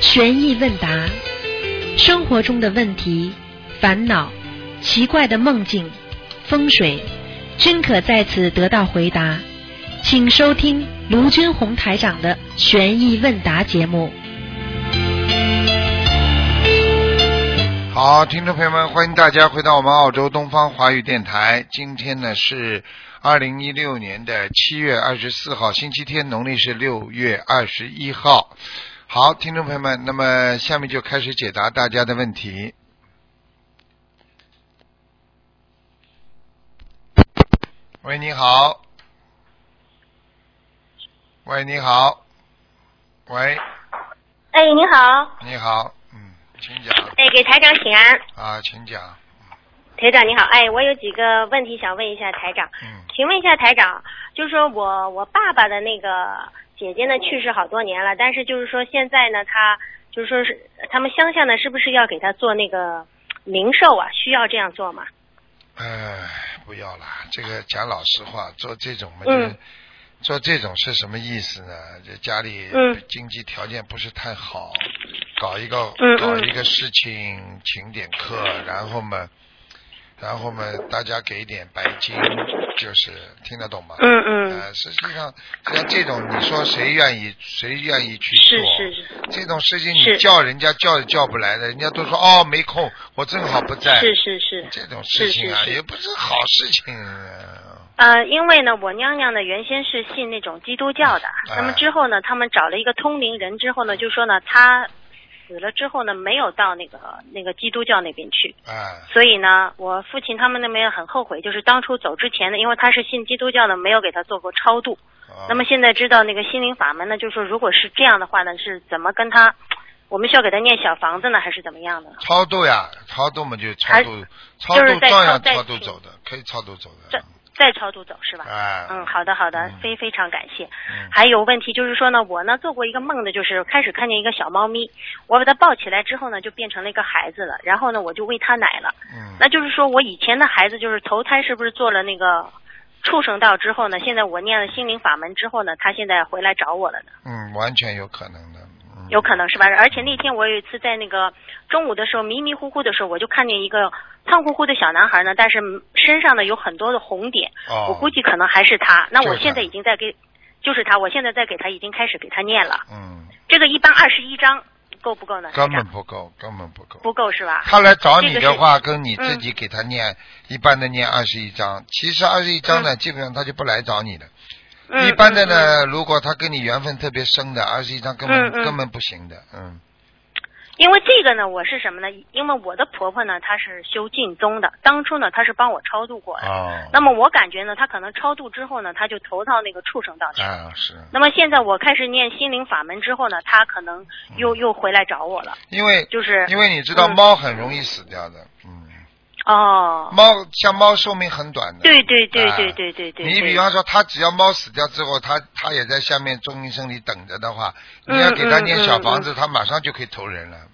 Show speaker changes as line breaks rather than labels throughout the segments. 悬疑问答，生活中的问题、烦恼、奇怪的梦境、风水，均可在此得到回答。请收听卢军红台长的悬疑问答节目。
好，听众朋友们，欢迎大家回到我们澳洲东方华语电台。今天呢是二零一六年的七月二十四号，星期天，农历是六月二十一号。好，听众朋友们，那么下面就开始解答大家的问题。喂，你好。喂，你好。喂，
哎，你好，
你好，嗯，请讲
哎，给台长请安。
啊，请讲，
台长你好，哎，我有几个问题想问一下台长，
嗯
请问一下台长，就是说我我爸爸的那个姐姐呢去世好多年了，但是就是说现在呢，他就是说是他们乡下呢，是不是要给他做那个冥寿啊？需要这样做吗？
哎，不要了，这个讲老实话，做这种嘛，
嗯
就是做这种是什么意思呢？这家里
嗯
经济条件不是太好，搞一个
嗯嗯
搞一个事情，请点客，然后嘛，然后嘛，大家给一点白金，就是听得懂吗？
嗯嗯，
呃，实际上像这种，你说谁愿意谁愿意去
是
做？
是是
这种事情
是
你叫人家叫也叫不来的，人家都说哦没空，我正好不在。
是是是，
这种事情啊，
是是是
也不是好事情、啊。
呃，因为呢，我娘娘呢原先是信那种基督教的，
哎
那么之后呢，他们找了一个通灵人之后呢，就说呢，她死了之后呢，没有到那个那个基督教那边去，
哎，
所以呢，我父亲他们那边很后悔，就是当初走之前呢，因为他是信基督教的，没有给他做过超度。
啊
那么现在知道那个心灵法门呢，就说如果是这样的话呢，是怎么跟他，我们需要给他念小房子呢，还是怎么样的？
超度呀，超度嘛就超度，超
就是
度
在
照样
超在
超度
请
走的，可以超度走的
在。再超度走是吧？
哎，
嗯，好的好的
嗯，
非非常感谢。
嗯
还有问题就是说呢，我呢做过一个梦呢，就是开始看见一个小猫咪，我把它抱起来之后呢，就变成了一个孩子了，然后呢我就喂它奶了。
嗯，
那就是说我以前的孩子就是投胎是不是做了那个畜生道之后呢，现在我念了心灵法门之后呢，他现在回来找我了呢，
嗯，完全有可能的。嗯
有可能是吧？而且那天我有一次在那个中午的时候迷迷糊糊的时候，我就看见一个胖乎乎的小男孩呢，但是身上呢有很多的红点，
哦，
我估计可能还是他。那
就
我
是他
现在已经在给，就是他，我现在在给他已经开始给他念了。
嗯，
这个一般二十一章够不够呢？
根
台
本
长
不够，根本不够。
不够是吧？
他来找你
这个
的
是嗯
话，跟你自己给他念、一般的念二十一章，其实二十一章呢，基本上他就不来找你的。
嗯
一般的
嗯嗯
呢，如果他跟你缘分特别深的，二十一章根本、
嗯嗯
根本不行的。嗯，
因为这个呢，我是什么呢？因为我的婆婆呢，她是修净宗的，当初呢，她是帮我超度过的。
哦，
那么我感觉呢，她可能超度之后呢，她就投到那个畜生道去。
啊是。
那么现在我开始念心灵法门之后呢，她可能又又回来找我了，
因为
就是
嗯因为你知道
嗯
猫很容易死掉的，嗯，
哦，
猫像猫寿命很短的。
对对对
啊
对对对对，
你比方说，它只要猫死掉之后，它它也在下面中医生里等着的话，
嗯
你要给它
嗯
念小
嗯
房子，它马上就可以投人了，嗯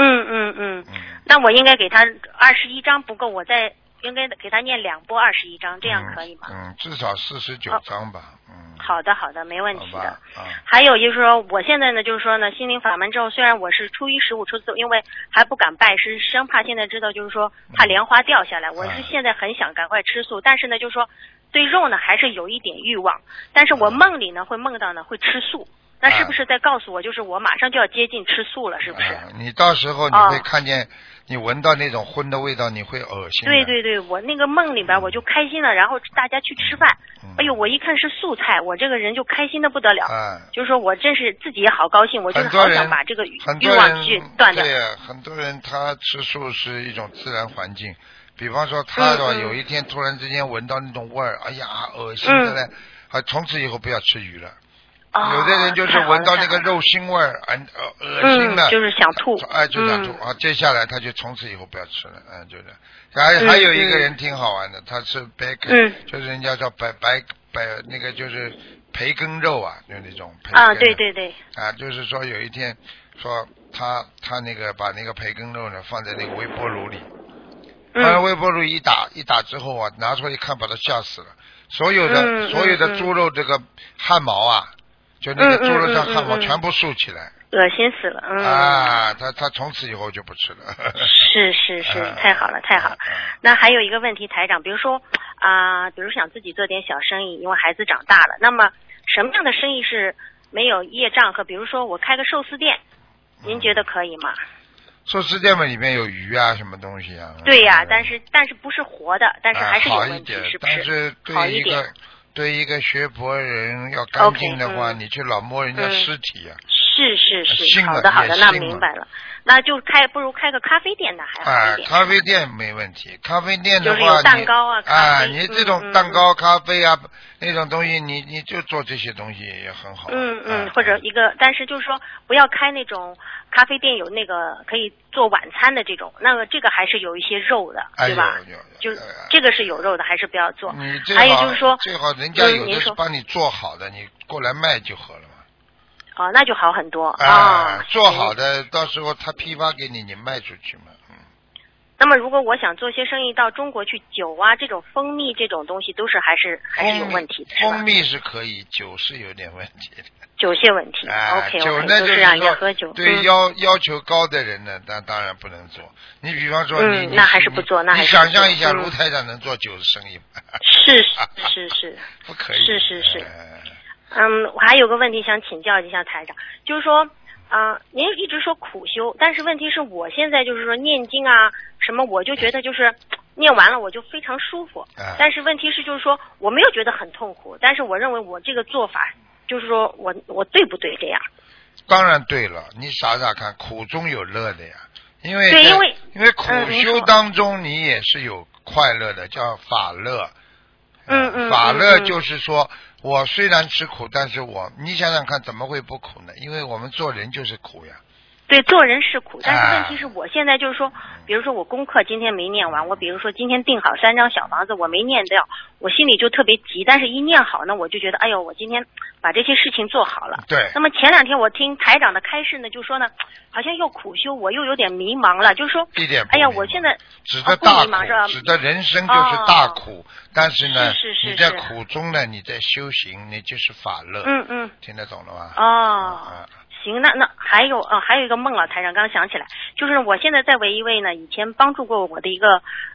嗯嗯嗯，
嗯，
那我应该给她二十一章不够，我再应该给她念两波二十一章，这样可以吗？
嗯，嗯至少四十九
哦
章吧，嗯，
好的好的，没问
好
题的
吧。，啊，
还有就是说，我现在呢，就是说呢，心灵法门之后，虽然我是初一十五吃素，因为还不敢拜师，生怕现在知道就是说怕莲花掉下
嗯
来。我是现在很想赶快吃素，但是呢，就是说对肉呢还是有一点欲望。但是我梦里呢会梦到呢会吃素，那是不是在告诉我，就是我马上就要接近吃素了，是不是？
啊你到时候你
哦
会看见，你闻到那种荤的味道，你会恶心的。
对对对，我那个梦里边我就开心了，然后大家去吃饭，
嗯，
哎呦，我一看是素菜，我这个人就开心的不得了。
啊，
就是说我真是自己也好高兴，我就是
很多
好
人
想把这个欲
很
欲
多
望去
人
断掉。
对呀，很多人他吃素是一种自然环境，比方说他
嗯
的话
嗯
有一天突然之间闻到那种味儿，哎呀，恶心的嘞，啊，从此以后不要吃鱼了。
啊
有的人就是
太好了
闻到那个
太好了
肉腥味儿，哎，呃恶心了，
嗯，就是想吐，
哎，就想吐、
嗯
啊！接下来他就从此以后不要吃了，嗯，就这样。还、
嗯
还有一个
嗯
人挺好玩的，他吃白根，
嗯
就是人家叫白白白那个就是培根肉啊，就那种培根
啊，对对对，
啊，就是说有一天说他他那个把那个培根肉呢放在那个微波炉里，他
嗯
微波炉一打一打之后啊，拿出来一看，把他吓死了。所有的、
嗯
所有
嗯
的
嗯
猪肉这个汗毛啊，就那个
嗯嗯
猪肉上
嗯
汗毛
嗯嗯
全部竖起来，
恶心死了，嗯，
啊，他他从此以后就不吃了。
是是是
啊，
太好了太好了。那还有一个问题，台长，比如说啊、比如想自己做点小生意，因为孩子长大了，那么什么样的生意是没有业障和？比如说我开个寿司店，您觉得可以吗？
嗯寿司店嘛，里面有鱼啊，什么东西啊？
对呀、但
是
是但是不是活的，但是还是有
哎啊好一
问题，
点，
是不
但
是？
是
好
对
一
一
点
个对一个学佛人要干净的话
OK，嗯
你去老摸人家
嗯
尸体啊，
是是是，
信了
好的好
也
的，那
信了
明白了。那就开不如开个咖啡店呢，还好
啊
一，点。
咖啡店没问题，咖啡店的
就是有
话，
蛋
你
糕啊咖
啊，
啡
你
嗯
这
嗯
种蛋糕、咖啡啊那种东西，你你就做这些东西也很好啊。
嗯嗯
啊，
或者一个，但是就是说不要开那种咖啡店，有那个可以做晚餐的这种，那么这个还是有一些肉的，
哎嗯
对吧？
有有有
就
有有
这个是有肉的，还是不要做。
你最好
还有就是说
最好人家
嗯
有
您
的是
说
帮你做好的，你过来卖就好了嘛。
哦，那就好很多
啊
啊，。
做好
行。
的，到时候他批发给你，你卖出去嘛。嗯，
那么如果我想做些生意到中国去，酒啊这种蜂蜜这种东西都是还是还是有
蜂蜜
问题的，是吧
蜂？蜜是可以，酒是有点问题的。
酒些问题。
啊，
嗯 OK
酒
OK，
呢
就是是让人家
说
喝酒。
对
嗯
要要求高的人呢，那当然不能做。你比方说你
嗯
你
那还是
你
不做那还
你
是不
想象
做
一下，
嗯
卢台长能做酒的生意吗？
是
啊
是是是。
不可以。
是是是
哎
嗯，我还有个问题想请教一下台长，就是说，啊、您一直说苦修，但是问题是我现在就是说念经啊什么，我就觉得就是念完了我就非常舒服，
哎
但是问题是就是说我没有觉得很痛苦，但是我认为我这个做法就是说我我对不对这样？
当然对了，你想想看，苦中有乐的呀，因为
对
在
因为
因为苦
嗯您
修
说
当中，你也是有快乐的，叫法乐。
嗯嗯
法
嗯
乐
嗯
就是说，我虽然吃苦，但是我你想想看，怎么会不苦呢？因为我们做人就是苦呀。
对，做人是苦，但是
哎
问题是我现在就是说，比如说我功课今天没念完，我比如说今天定好三张小房子，我没念掉，我心里就特别急，但是一念好呢，我就觉得，哎呦，我今天把这些事情做好了。
对
那么前两天我听台长的开示呢，就说呢，好像要苦修，我又有点迷茫了，就是说，
一点不
哎呀，
迷茫
我现在
指
啊
的
不
大
迷茫是吧哦
苦，指的人生就是大苦，但是呢，
是是是
你在
是
苦中呢，你在修行，你就是法乐，
嗯嗯，
听得懂了吗？
哦。
啊
行，那那还有啊、呃还有一个梦啊，台长刚想起来，就是我现在在为一位呢，以前帮助过我的一个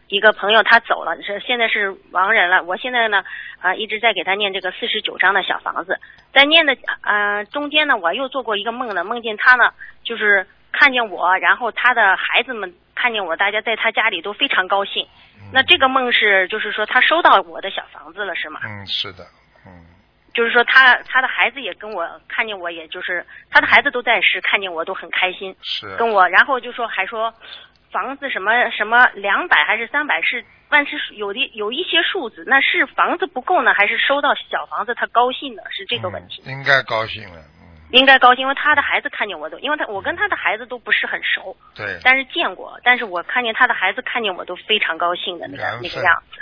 一个朋友，他走了，是现在是亡人了。我现在呢，啊、一直在给他念这个四十九章的小房子，在念的呃中间呢，我又做过一个梦呢，梦见他呢，就是看见我，然后他的孩子们看见我，大家在他家里都非常高兴。
嗯
那这个梦是就是说他收到我的小房子了，是吗？
嗯，是的，嗯。
就是说他他的孩子也跟我看见我，也就是他的孩子都在世，看见我都很开心，
是
跟我，然后就说还说房子什么什么两百还是三百是，但是有的有一些数字，那是房子不够呢，还是收到小房子他高兴呢？是这个问题，
嗯应该高兴了，嗯，
应该高兴，因为他的孩子看见我都，因为他我跟他的孩子都不是很熟，
对，
但是见过，但是我看见他的孩子看见我都非常高兴的那个
缘
那个
分
样子。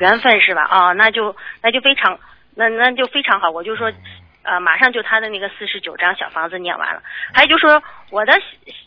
缘分是吧？啊、那就那就非常那那就非常好。我就说，
嗯
呃，马上就他的那个四十九张小房子念完了。还有就说我的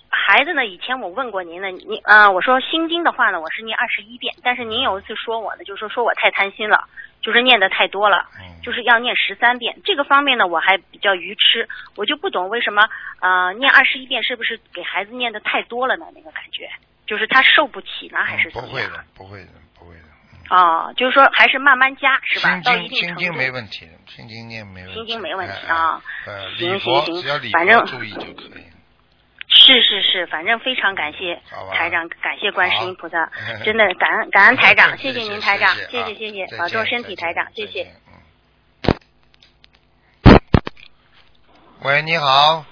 孩子呢，以前我问过您呢，您呃，我说心经的话呢，我是念二十一遍，但是您有一次说我呢，就说说我太贪心了，就是念的太多了。
嗯
就是要念十三遍，这个方面呢我还比较愚痴，我就不懂为什么呃念二十一遍是不是给孩子念的太多了呢？那个感觉就是他受不起呢，还
嗯
是
不
怎么
会
样？啊
的，不会的，不会的。嗯
哦，就是说还是慢慢加是吧？
心
到一
经
定
心
程
经
度。
没问题的，心经念没问题。
心经没问题
哎
啊。
哎呃，
行
礼佛
行行
只要礼
反正
佛注意就可以。
是是是，反正非常感谢
好吧
台长，感谢观世音菩萨
好，
真的感恩感恩台长，
谢
谢
嗯谢
您台长，
谢
谢
谢
谢谢
啊
保重身
再见
体，台长，
再
谢
见
谢。
嗯喂，你好。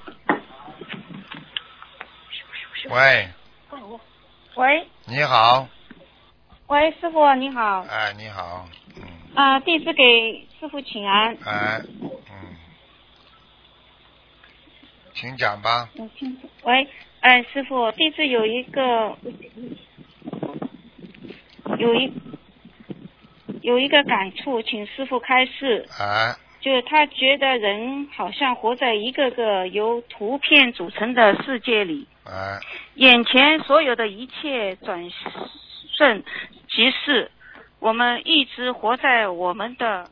喂，
喂
你好，
喂，师傅你好，
哎，你好，嗯，
啊、弟子给师傅请安，
哎，嗯，请讲吧，
嗯，听喂，哎、师傅，弟子有一个有一有一个感触，请师傅开示，
哎，
就是他觉得人好像活在一个个由图片组成的世界里，
哎，
眼前所有的一切转瞬即逝，我们一直活在我们的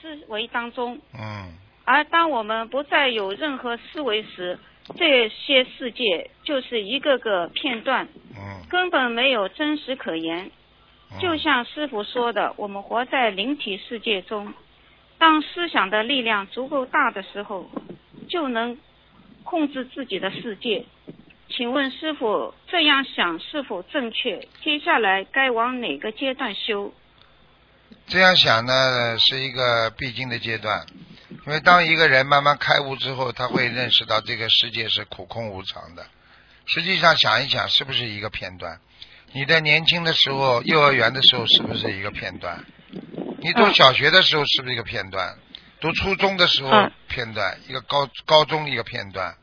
思维当中。
嗯，
而当我们不再有任何思维时，这些世界就是一个个片段，
嗯，
根本没有真实可言。
嗯
就像师傅说的，我们活在灵体世界中。当思想的力量足够大的时候，就能控制自己的世界。请问师傅，这样想是否正确？接下来该往哪个阶段修？
这样想呢是一个必经的阶段，因为当一个人慢慢开悟之后，他会认识到这个世界是苦空无常的。实际上想一想，是不是一个片段？你在年轻的时候，幼儿园的时候是不是一个片段？你读
嗯
小学的时候是不是一个片段？读初中的时候
嗯
片段，一个高高中一个片段。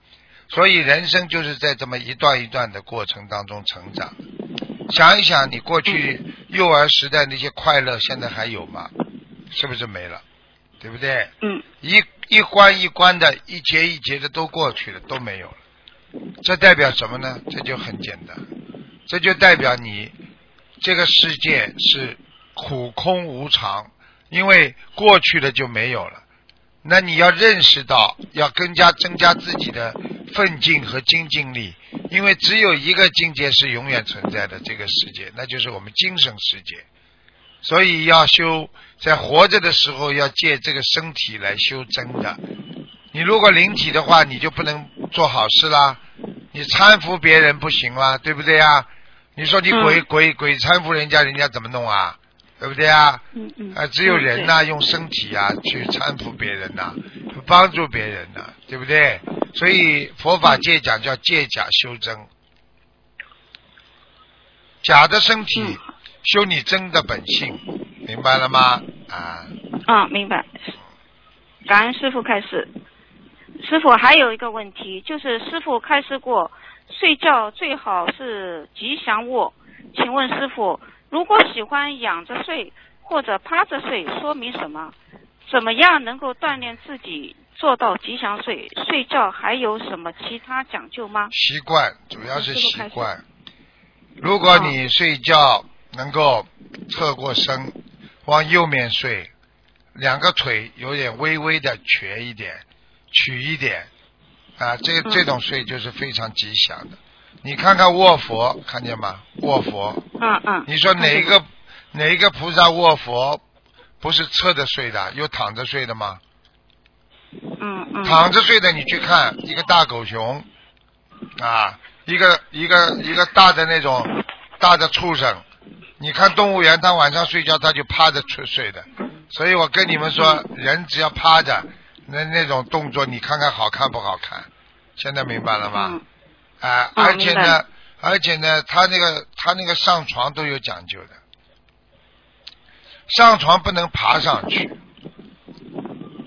所以人生就是在这么一段一段的过程当中成长。想一想，你过去
嗯
幼儿时代那些快乐，现在还有吗？是不是没了？对不对？
嗯
一一关一关的，一节一节的都过去了，都没有了。这代表什么呢？这就很简单，这就代表你这个世界是苦空无常，因为过去的就没有了。那你要认识到，要更加增加自己的奋进和精进力，因为只有一个境界是永远存在的，这个世界，那就是我们精神世界。所以要修，在活着的时候要借这个身体来修真的。你如果灵体的话，你就不能做好事啦，你搀扶别人不行啦，对不对啊？你说你鬼、
嗯
鬼鬼搀扶人家，人家怎么弄啊？对不对啊？
嗯嗯。
啊，只有人
嗯
呐、用身体啊去搀扶别人呐、帮助别人呐、对不对？所以佛法戒讲叫戒假修真，假的身体修你真的本性，明白了吗？啊，
对啊，明白。感恩师傅开始。师傅还有一个问题，就是师傅开示过，睡觉最好是吉祥卧。请问师傅，如果喜欢仰着睡或者趴着睡，说明什么？怎么样能够锻炼自己做到吉祥睡？睡觉还有什么其他讲究吗？
习惯主要是
师傅
习
哦开始
惯。如果你睡觉能够侧过身，往右面睡，两个腿有点微微的瘸一点、曲一点，啊，这
嗯
这种睡就是非常吉祥的。你看看卧佛，看见吗？卧佛，
嗯嗯。
你说哪一
嗯？
个哪一个菩萨卧佛不是侧着睡的，有躺着睡的吗？
嗯嗯。
躺着睡的，你去看一个大狗熊，啊，一个一个一个大的那种大的畜生，你看动物园，它晚上睡觉，它就趴着睡睡的。所以我跟你们说，
嗯
人只要趴着，那那种动作，你看看好看不好看？现在明白了吗？
嗯
啊，
哦
而且
明白
呢，而且呢，他那个他那个上床都有讲究的，上床不能爬上去，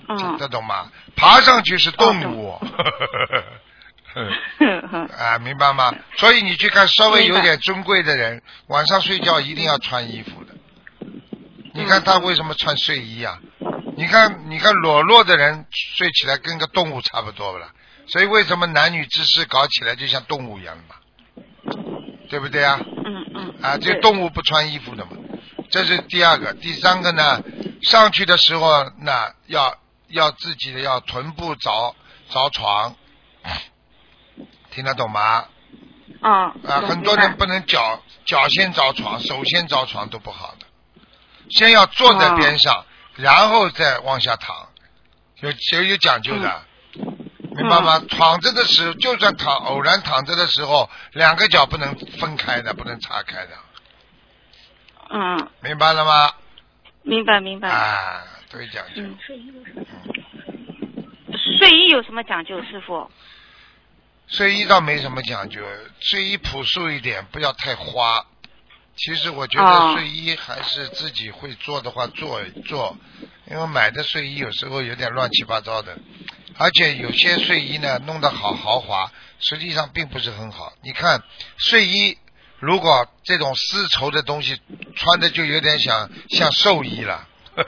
嗯哦
这懂吗？爬上去是动物，
呵呵。
啊，明白吗？所以你去看稍微有
嗯明
点尊贵的人，晚上睡觉一定要穿衣服的。你看他为什么穿睡衣啊？你看，你看裸露的人睡起来跟个动物差不多不啦？所以为什么男女之事搞起来就像动物一样的嘛？对不对啊？
嗯嗯。
啊，这
对
动物不穿衣服的嘛，这是第二个。第三个呢，上去的时候那要要自己的要臀部着着床，听得懂吗？
啊。
啊，
懂
很多
明白
人不能脚脚先着床，手先着床都不好的，先要坐在边上，
啊
然后再往下躺，有有有讲究的，
嗯
明白吗？躺着的时候，就算躺偶然躺着的时候，两个脚不能分开的，不能岔开的，
嗯，
明白了吗？
明白嗯明白。
啊，都有讲究。
嗯，睡衣有什么讲究，师傅？
睡衣倒没什么讲究，睡衣朴素一点，不要太花。其实我觉得
哦
睡衣还是自己会做的话做一做，因为买的睡衣有时候有点乱七八糟的，而且有些睡衣呢弄得好豪华，实际上并不是很好。你看睡衣，如果这种丝绸的东西穿的就有点像像寿衣了。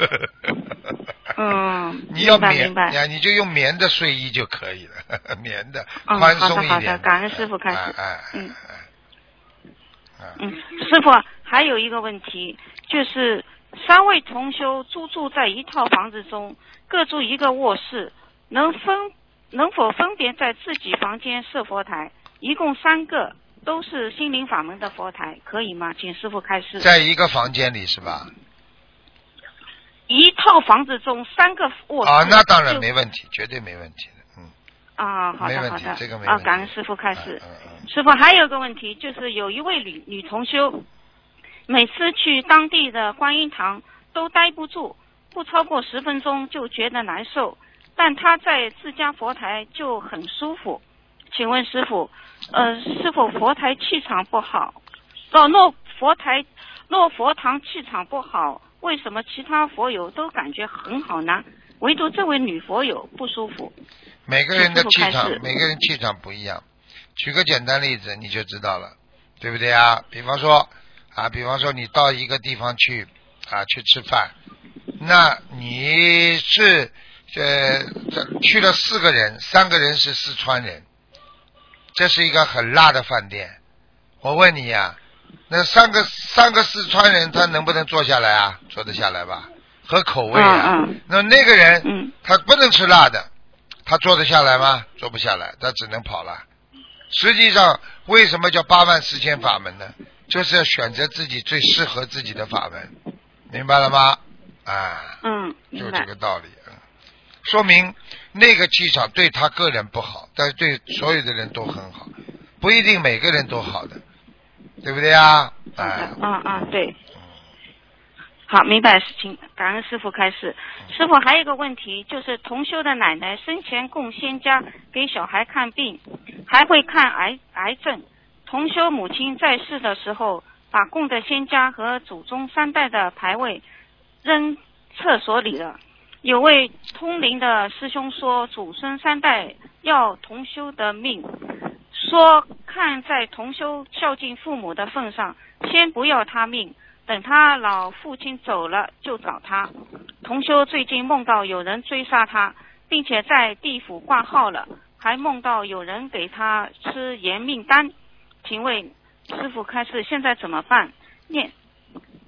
嗯，
你要
明白
棉
明白。
呀，你就用棉的睡衣就可以了， 棉的
嗯
宽
好的
松一
好的
点的。
感恩师傅开始
哎哎，
嗯
哎哎哎
嗯，师傅还有一个问题，就是三位同修租住在一套房子中，各住一个卧室，能分能否分别在自己房间设佛台？一共三个，都是心灵法门的佛台，可以吗？请师傅开示。
在一个房间里是吧？
一套房子中三个卧室。
啊，那当然没问题，绝对没问题的。嗯，
啊，好
没
的
问
好
题
的，
这个没
啊
问，题
感恩师傅开示。
嗯嗯嗯
师傅还有一个问题，就是有一位女女同修，每次去当地的观音堂都待不住，不超过十分钟就觉得难受，但她在自家佛台就很舒服。请问师傅，呃，是否佛台气场不好？哦，若佛台若佛堂气场不好，为什么其他佛友都感觉很好呢？唯独这位女佛友不舒服。
每个人的气
师傅
场
开始，
每个人气场不一样。举个简单例子，你就知道了，对不对啊？比方说啊，比方说你到一个地方去啊去吃饭，那你是呃这去了四个人，三个人是四川人，这是一个很辣的饭店。我问你呀、那三个三个四川人他能不能坐下来啊？坐得下来吧？和口味啊。
嗯嗯
那那个人
嗯
他不能吃辣的，他坐得下来吗？坐不下来，他只能跑了。实际上，为什么叫八万四千法门呢？就是要选择自己最适合自己的法门，明白了吗？啊，
嗯，
就
明白
这。个道理。嗯说明那个气场对他个人不好，但是对所有的人都很好，不一定每个人都好的，对不对啊？
好
哎
的，，嗯嗯，对。好，明白事情，感恩师傅开示。师傅还有一个问题，就是同修的奶奶生前供仙家给小孩看病，还会看癌癌症。同修母亲在世的时候，把供的仙家和祖宗三代的牌位扔厕所里了。有位通灵的师兄说，祖孙三代要同修的命，说看在同修孝敬父母的份上，先不要他命，等他老父亲走了就找他。同修最近梦到有人追杀他，并且在地府挂号了，还梦到有人给他吃延命丹。请问师傅开示，现在怎么办？念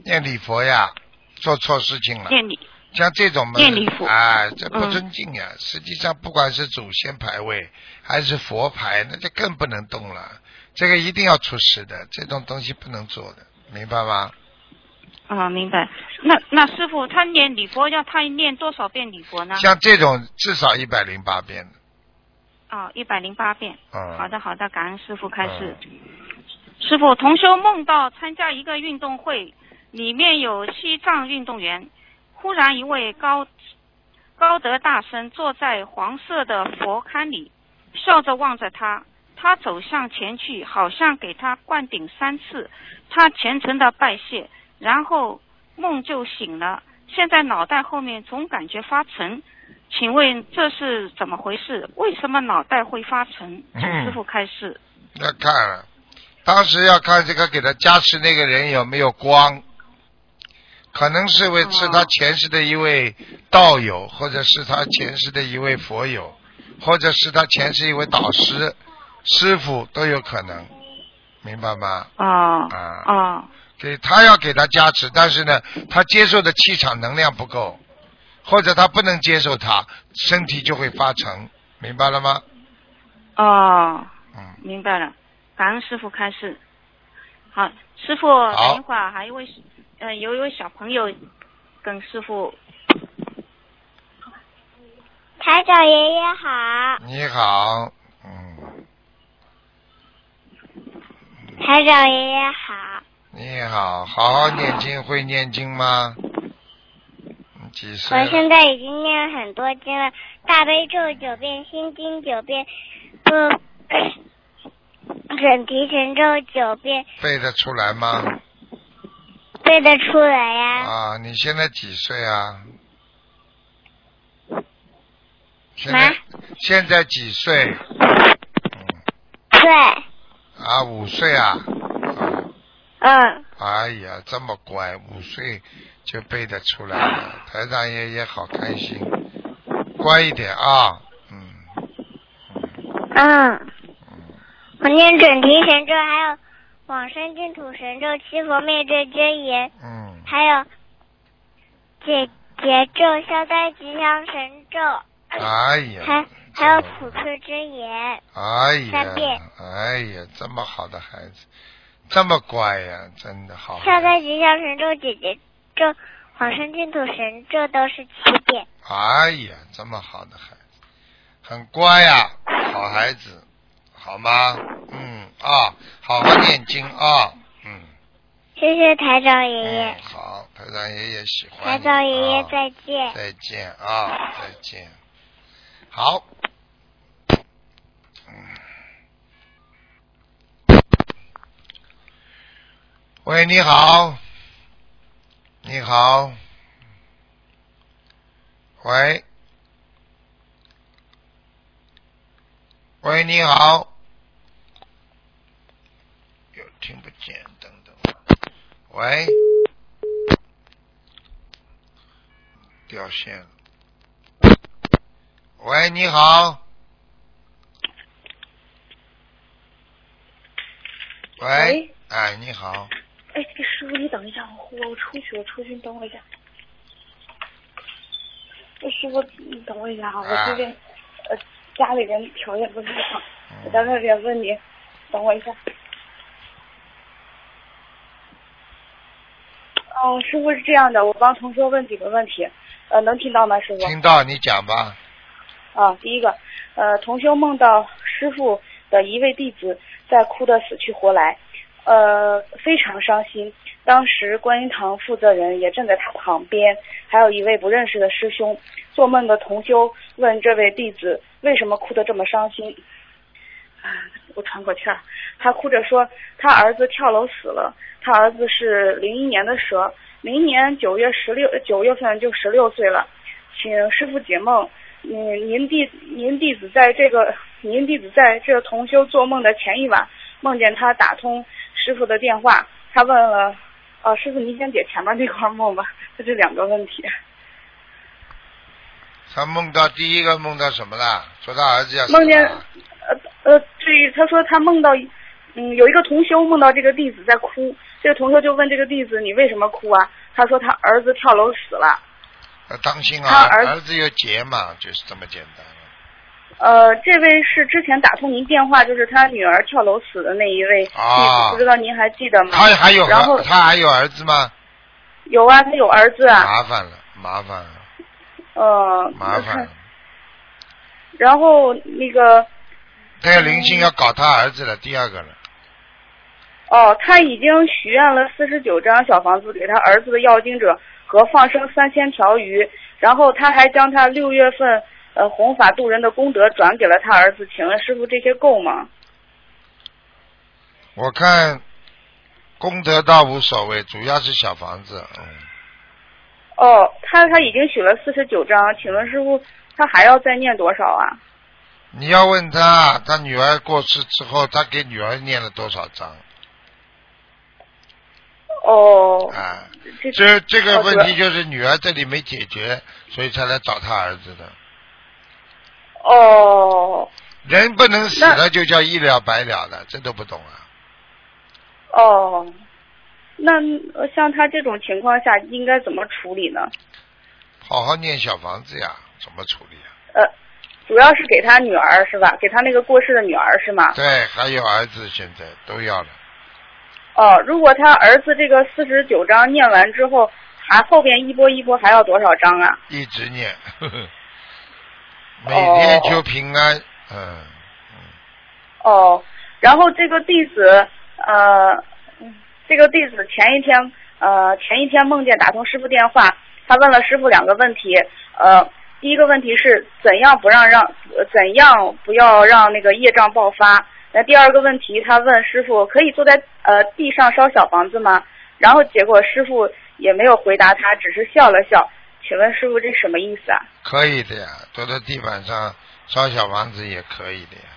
念礼佛呀，做错事情了。
念你
像这种嘛，
念礼佛嗯
啊，这不尊敬呀、实际上，不管是祖先牌位还是佛牌，那就更不能动了。这个一定要出事的，这种东西不能做的，明白吗？
啊，明白。那那师傅他念礼佛要他念多少遍礼佛呢？
像这种至少一百零八遍的，
啊，一百零八遍。
嗯，
好的，好的，感恩师傅开始。师傅，同修梦到参加一个运动会，里面有西藏运动员，忽然一位高高德大神坐在黄色的佛龛里，笑着望着他。他走向前去，好像给他灌顶三次，他虔诚的拜谢，然后梦就醒了。现在脑袋后面总感觉发沉，请问这是怎么回事？为什么脑袋会发沉？请
嗯
师傅开示。
要看了，当时要看这个给他加持那个人有没有光，可能是为是他前世的一位道友，或者是他前世的一位佛友，或者是他前世一位导师、师傅都有可能，明白吗？
哦
啊，
哦
给他要给他加持，但是呢，他接受的气场能量不够，或者他不能接受他，身体就会发沉，明白了吗？
哦，
嗯。
明白了，感恩师傅开示。好，师傅，
好
等一会儿还有一位，呃，有一位小朋友跟师傅
台长爷爷好，
你好，嗯，
台长爷爷好，
你好，好好念经，会念经吗？你几岁
我
了？
现在已经念了很多经了，大悲咒九遍，心经九遍，不、准提神咒九遍，
背得出来吗？
背得出来呀、
啊，你现在几岁啊？现
妈
在现在几岁？嗯，
对，
啊，五岁啊。
嗯，
哎呀，这么乖，五岁就背得出来了。台长爷爷好开心，乖一点啊。嗯，
嗯，我念准提神咒，还有往生净土神咒、七佛灭罪真言，
嗯，
还有解结咒、消灾吉祥神咒。
哎呀
还，还有普世之言，
哎
三
呀
遍，
哎呀，这么好的孩子，这么乖呀，真的好。
校在学校神咒姐姐咒、往生净土神咒都是七遍。
哎呀，这么好的孩子，很乖呀、好孩子，好吗？嗯啊，好好念经啊，嗯
谢谢台长爷爷，
嗯，好，台长爷爷喜欢你。
台长爷爷
啊
再见。
再见啊，再见。好。嗯喂，你好，你好，喂，喂，你好，又听不见，等等，喂，掉线了。喂，你好。喂，
喂
哎，你好，
哎，师傅，你等一下，我我出去，我出去，你等我一下。哎，师傅，你等我一下哈，
啊
我最近、呃家里人条件不太好，我在
嗯
外边问你，等我一下。哦，师傅是这样的，我帮同学问几个问题，呃，能听到吗，师傅？
听到你讲吧。
啊，第一个，呃，同修梦到师傅的一位弟子在哭得死去活来，呃，非常伤心。当时观音堂负责人也站在他旁边，还有一位不认识的师兄。做梦的同修问这位弟子为什么哭得这么伤心。啊，我喘口气儿。他哭着说，他儿子跳楼死了。他儿子是零一年的蛇，明年九月十六九月份就十六岁了。请师傅解梦，嗯，您弟您弟子在这个您弟子在这同修做梦的前一晚，梦见他打通师傅的电话，他问了，哦、师傅您先解前面那块梦吧，这是两个问题。
他梦到第一个梦到什么了？说他儿子要死
梦见
了
呃呃，对于他说他梦到，嗯，有一个同修梦到这个弟子在哭，这个同修就问这个弟子你为什么哭啊？他说他儿子跳楼死了。
要当心啊，
他儿子
儿子有劫嘛，就是这么简单了。
呃，这位是之前打通您电话，就是他女儿跳楼死的那一位弟子，
啊
不知道您还记得吗？
他还有
然后
儿他还有儿子吗？
有啊，他有儿子啊，
麻烦了，麻烦了，
呃，
麻烦了。
然后那个，
这个灵性要搞他儿子了，第二个了。
哦，他已经许愿了四十九张小房子给他儿子的要经者和放生三千条鱼，然后他还将他六月份呃弘法度人的功德转给了他儿子，请问师傅这些够吗？
我看功德倒无所谓，主要是小房子。嗯，
哦，他他已经许了四十九张，请问师傅他还要再念多少啊？
你要问他，他女儿过世之后，他给女儿念了多少章？
哦，
啊，
这
这这个
哦对
问题就是女儿这里没解决，所以才来找他儿子的。
哦
人不能死了就叫一了百了了，这都不懂啊。
哦，那呃像他这种情况下应该怎么处理呢？
好好念小房子呀，怎么处理啊？
呃，主要是给他女儿是吧？给他那个过世的女儿是吗？
对，还有儿子现在都要了，
哦，如果他儿子这个四十九章念完之后，还后边一波一波还要多少章啊？
一直念， 呵呵每天求平安。嗯，
哦，然后这个弟子，呃，这个弟子前一天，呃，前一天梦见打通师傅电话，他问了师傅两个问题，呃，第一个问题是怎样不让让，呃怎样不要让那个业障爆发？那第二个问题，他问师傅可以坐在呃地上烧小房子吗？然后结果师傅也没有回答他，只是笑了笑。请问师傅这什么意思啊？
可以的呀，坐在地板上烧小房子也可以的呀，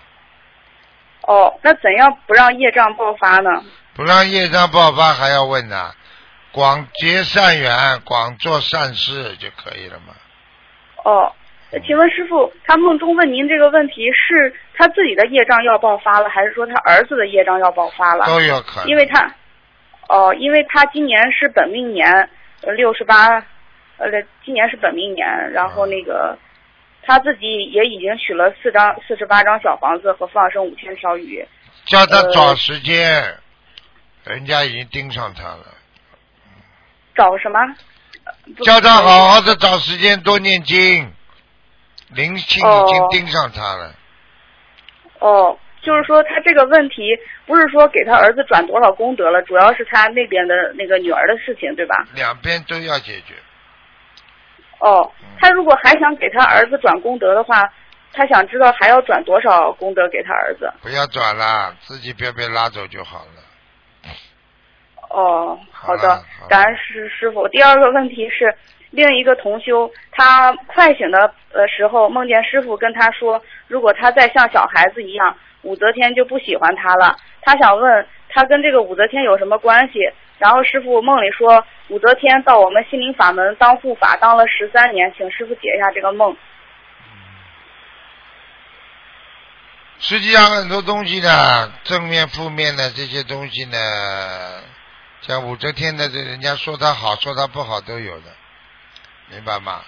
哦，那怎样不让业障爆发呢？
不让业障爆发还要问呐、广结善缘，广做善事就可以了嘛。
哦，呃请问师傅，他梦中问您这个问题是他自己的业障要爆发了，还是说他儿子的业障要爆发了？
都有可能。
因为他，哦，因为他今年是本命年，呃，六十八，呃，今年是本命年，然后那个、他自己也已经取了四张四十八张小房子和放生五千条鱼。
叫他找时间，人家已经盯上他了。
找什么？不
叫他好好的找时间多念经，灵性已经
哦
盯上他了。
哦，就是说他这个问题不是说给他儿子转多少功德了，主要是他那边的那个女儿的事情，对吧？
两边都要解决。
哦，他如果还想给他儿子转功德的话，他想知道还要转多少功德给他儿子？
不要转了，自己不要被拉走就好了。
哦，好
好
的
了好了，
感恩师师傅。第二个问题是，另一个同修他快醒的呃时候，梦见师傅跟他说，如果他再像小孩子一样，武则天就不喜欢他了。他想问他跟这个武则天有什么关系？然后师傅梦里说，武则天到我们心灵法门当护法当了十三年，请师傅解一下这个梦。
实际上很多东西呢，正面、负面的这些东西呢，像武则天的，这人家说她好，说她不好都有的，明白吗？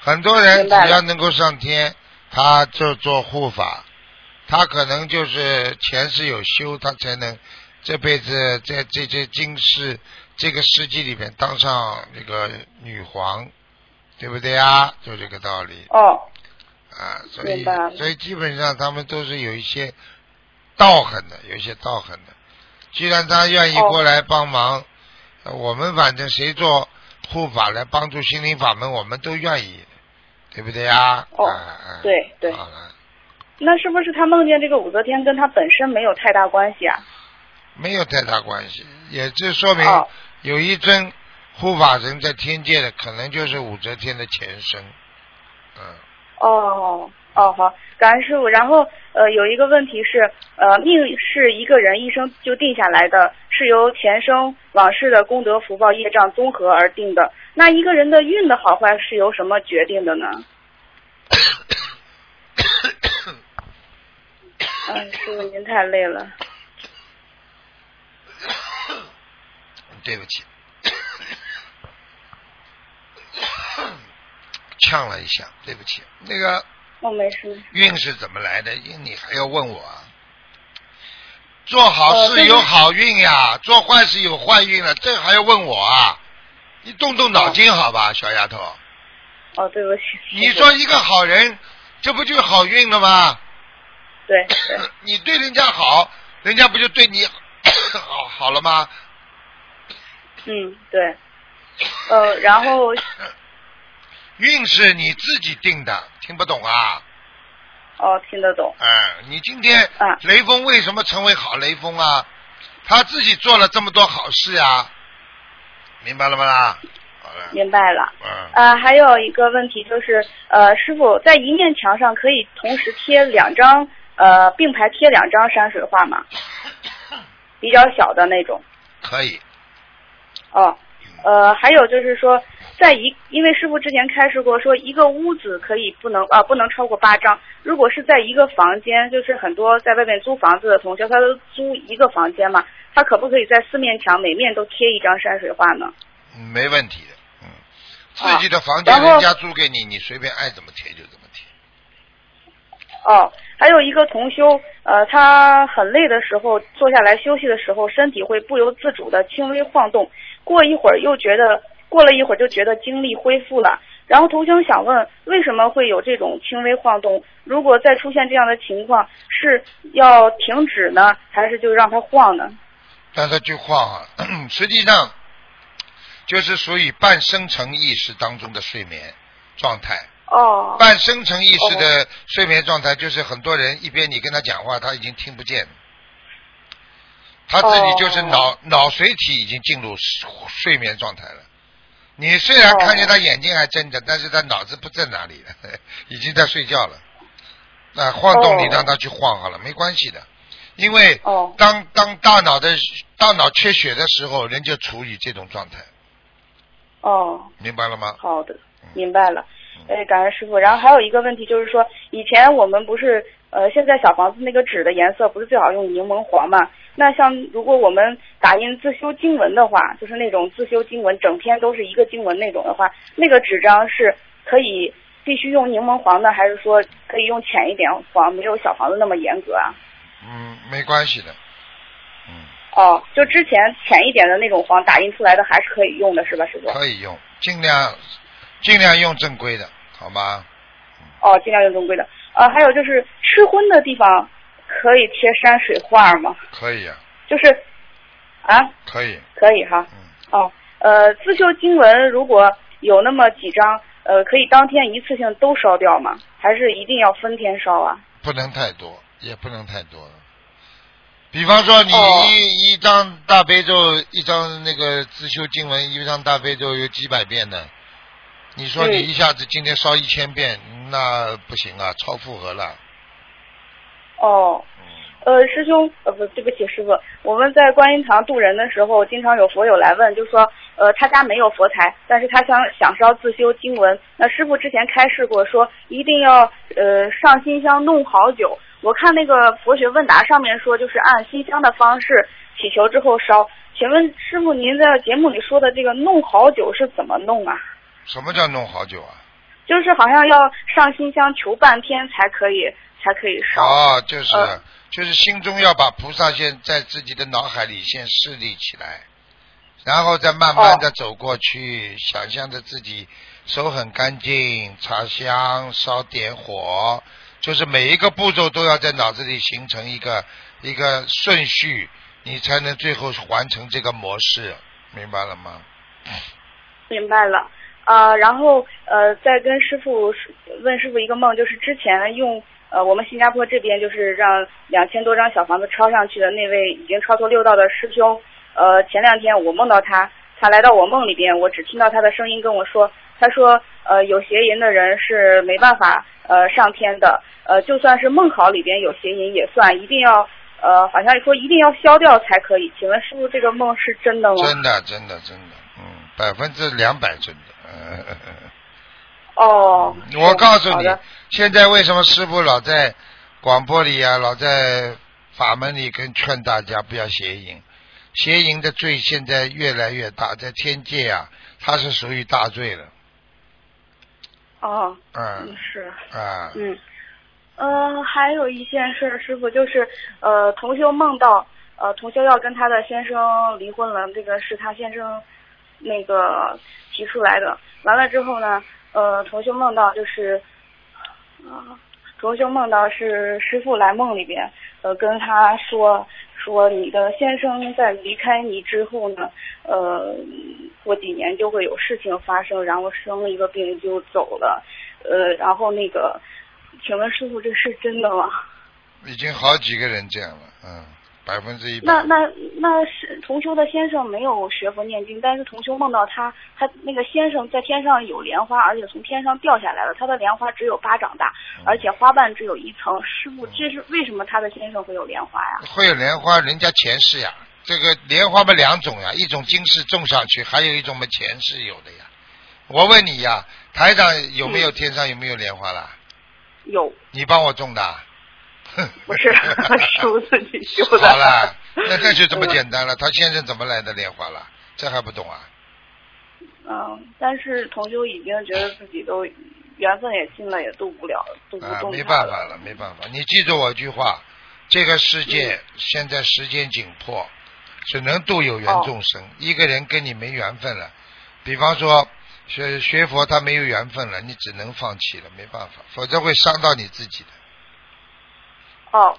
很多人
明
只
白了
要能够上天，他就做护法，他可能就是前世有修，他才能这辈子在这这今世这个世纪里面当上那个女皇，对不对啊？就这个道理。
哦，
啊，所以
明白了
所以基本上他们都是有一些道行的，有一些道行的。既然他愿意
哦
过来帮忙，呃我们反正谁做护法来帮助心灵法门，我们都愿意，对不对啊？
哦
啊啊
对对
好了，
那是不是他梦见这个武则天跟他本身没有太大关系啊？
没有太大关系，也就说明
嗯哦
有一尊护法神在天界的，可能就是武则天的前身。嗯，
哦哦好，感恩师傅。然后呃，有一个问题是，呃，命是一个人一生就定下来的，是由前生往世的功德福报业障综合而定的。那一个人的运的好坏是由什么决定的呢？嗯、师傅您太累了。
对不起， 呛了一下，对不起。那个
哦，没事。
运是怎么来的？运你还要问我啊？做好
呃
事
对不
有好运呀，做坏事有坏运了，这还要问我啊？你动动脑筋好吧，小丫头。
哦，对不起。
你说一个好人，这不就是好运了吗？
对对，
你对人家好，人家不就对你 好好了吗？
嗯对，呃，然后
运是你自己定的，听不懂啊？
哦听得懂。
哎，你今天
啊
雷锋为什么成为好雷锋啊？他自己做了这么多好事啊，明白了吗啦？好了，
明白了。
嗯，
呃，还有一个问题就是，呃，师傅在一面墙上可以同时贴两张呃并排贴两张山水画吗？比较小的那种。
可以，嗯
哦，呃，还有就是说，在一因为师傅之前开示过，说一个屋子可以不能啊、不能超过八张。如果是在一个房间，就是很多在外面租房子的同学，他都租一个房间嘛，他可不可以在四面墙每面都贴一张山水画呢？
嗯没问题的，嗯，
啊
自己的房间
然后
人家租给你，你随便爱怎么贴就怎么贴。
哦，还有一个同修，呃，他很累的时候，坐下来休息的时候，身体会不由自主的轻微晃动，过一会儿又觉得，过了一会儿就觉得精力恢复了。然后同修想问，为什么会有这种轻微晃动？如果再出现这样的情况，是要停止呢，还是就让它晃呢？
但他就晃啊， 实际上就是属于半生成意识当中的睡眠状态。
哦，
半生成意识的睡眠状态，就是很多人一边你跟他讲话，他已经听不见了，他自己就是
哦
脑、脑髓体已经进入睡睡眠状态了。你虽然看
哦
见他眼睛还睁着，但是他脑子不在哪里了， 已经在睡觉了。那晃动你
哦
让他去晃好了，没关系的，因为
哦
当当大脑的大脑缺血的时候，人就处于这种状态，
哦，
明白了吗？嗯
好的，明白了。哎，感恩师傅。然后还有一个问题就是说，以前我们不是呃，现在小房子那个纸的颜色不是最好用柠檬黄嘛？那像如果我们打印自修经文的话，就是那种自修经文，整篇都是一个经文那种的话，那个纸张是可以必须用柠檬黄呢，还是说可以用浅一点黄，没有小黄的那么严格啊？
嗯，没关系的，嗯，
哦，就之前浅一点的那种黄打印出来的还是可以用的，是吧，师傅？
可以用，尽量尽量用正规的，好吗？
哦，尽量用正规的。呃，还有就是吃荤的地方可以贴山水画吗？
可以啊，
就是啊，
可以，
可以哈。
嗯，
哦，呃，自修经文如果有那么几张，呃，可以当天一次性都烧掉吗？还是一定要分天烧啊？
不能太多，也不能太多。比方说，你一、
哦
一张大悲咒，一张那个自修经文，一张大悲咒有几百遍呢？你说你
嗯
一下子今天烧一千遍，那不行啊，超负荷了。
哦，
嗯，
呃，师兄，呃，不，对不起，师傅，我们在观音堂渡人的时候，经常有佛友来问，就说，呃，他家没有佛台，但是他想想烧自修经文。那师傅之前开示过说，一定要呃上新香弄好久。我看那个佛学问答上面说，就是按新香的方式祈求之后烧。请问师傅，您在节目里说的这个弄好久是怎么弄啊？
什么叫弄好久啊？
就是好像要上新香求半天才可以才可以烧。
哦，就是、
呃
就是心中要把菩萨先在自己的脑海里先设立起来，然后再慢慢的走过去，想象着自己手很干净，插香、烧点火，就是每一个步骤都要在脑子里形成一个一个顺序，你才能最后完成这个模式，明白了吗？
明白了，呃，然后呃，再跟师傅问师傅一个梦，就是之前用呃我们新加坡这边就是让两千多张小房子抄上去的那位已经超脱六道的师兄，呃，前两天我梦到他，他来到我梦里边，我只听到他的声音跟我说，他说呃有邪淫的人是没办法呃上天的，呃就算是梦考里边有邪淫也算，一定要呃好像说一定要消掉才可以，请问师傅这个梦是真的吗？
真的，真的，真的，嗯，百分之两百真的。 嗯
哦，
我告诉
好
你
的，
现在为什么师傅老在广播里啊，老在法门里跟劝大家不要邪淫？邪淫的罪现在越来越大，在天界啊，它是属于大罪了。
哦，嗯
嗯
是，
啊，
嗯，呃，还有一件事儿，师傅就是，呃，同修梦到，呃，同修要跟他的先生离婚了，这个是他先生那个呃提出来的。完了之后呢，呃，同修梦到就是，啊、同修梦到是师傅来梦里边，呃，跟他说说你的先生在离开你之后呢，呃，过几年就会有事情发生，然后生了一个病就走了，呃，然后那个，请问师傅这是真的吗？
已经好几个人这样了，嗯，百分之一百。嗯
那那那是同修的先生没有学佛念经，但是同修梦到他，他那个先生在天上有莲花，而且从天上掉下来了，他的莲花只有巴掌大，而且花瓣只有一层。师傅，这是为什么他的先生会有莲花呀？
会有莲花，人家前世呀，这个莲花嘛两种呀，一种今世种上去，还有一种嘛前世有的呀。我问你呀，台长有
嗯
没有天上有没有莲花啦？
有，
你帮我种的 啊？
不 是师傅自己修的。
好了，那那就这么简单了。他先生怎么来的莲花了？这还不懂啊？
嗯，但是同修已经觉得自己都缘分也尽了，也渡不了，渡不
啊，
动
没
他
办
了
法了，没办法。你记住我一句话：这个世界
嗯
现在时间紧迫，只能度有缘众生。
哦
一个人跟你没缘分了，比方说学学佛他没有缘分了，你只能放弃了，没办法，否则会伤到你自己的。
哦，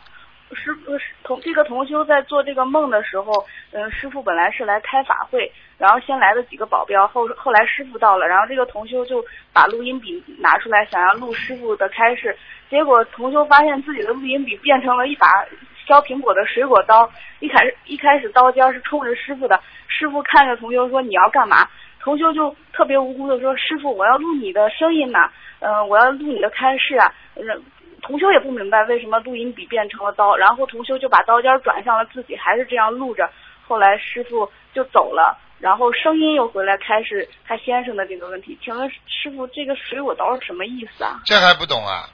师傅是同这个同修在做这个梦的时候，嗯，师傅本来是来开法会，然后先来的几个保镖，后后来师傅到了，然后这个同修就把录音笔拿出来，想要录师傅的开示，结果同修发现自己的录音笔变成了一把削苹果的水果刀，一开始一开始刀尖是冲着师傅的，师傅看着同修说你要干嘛？同修就特别无辜的说：“师傅，我要录你的声音呐、嗯、我要录你的开示啊。”嗯同修也不明白为什么录音笔变成了刀，然后同修就把刀尖转向了自己，还是这样录着。后来师傅就走了，然后声音又回来，开始他先生的这个问题。请问师傅，这个水果刀是什么意思啊？
这还不懂啊？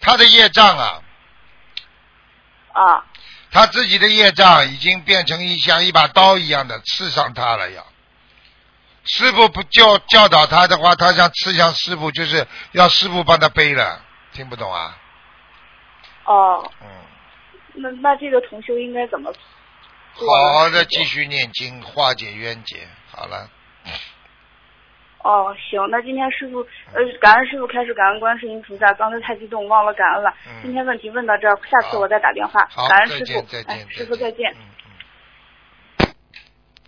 他的业障啊，
啊，
他自己的业障已经变成一像一把刀一样的刺伤他了呀。师傅不教教导他的话，他想吃向师傅，就是要师傅帮他背了，听不懂啊？
哦，
嗯，
那那这个同修应该怎么做呢？
好好的继续念经，化解冤结。好了，
哦，行，那今天师傅，呃，感恩师傅开始，感恩观世音菩萨。刚才太激动，忘了感恩了。
嗯
今天问题问到这儿，下次我再打电话。
好
感，恩
再
师
见，
傅
再，
哎
见，，
师傅再见。
嗯。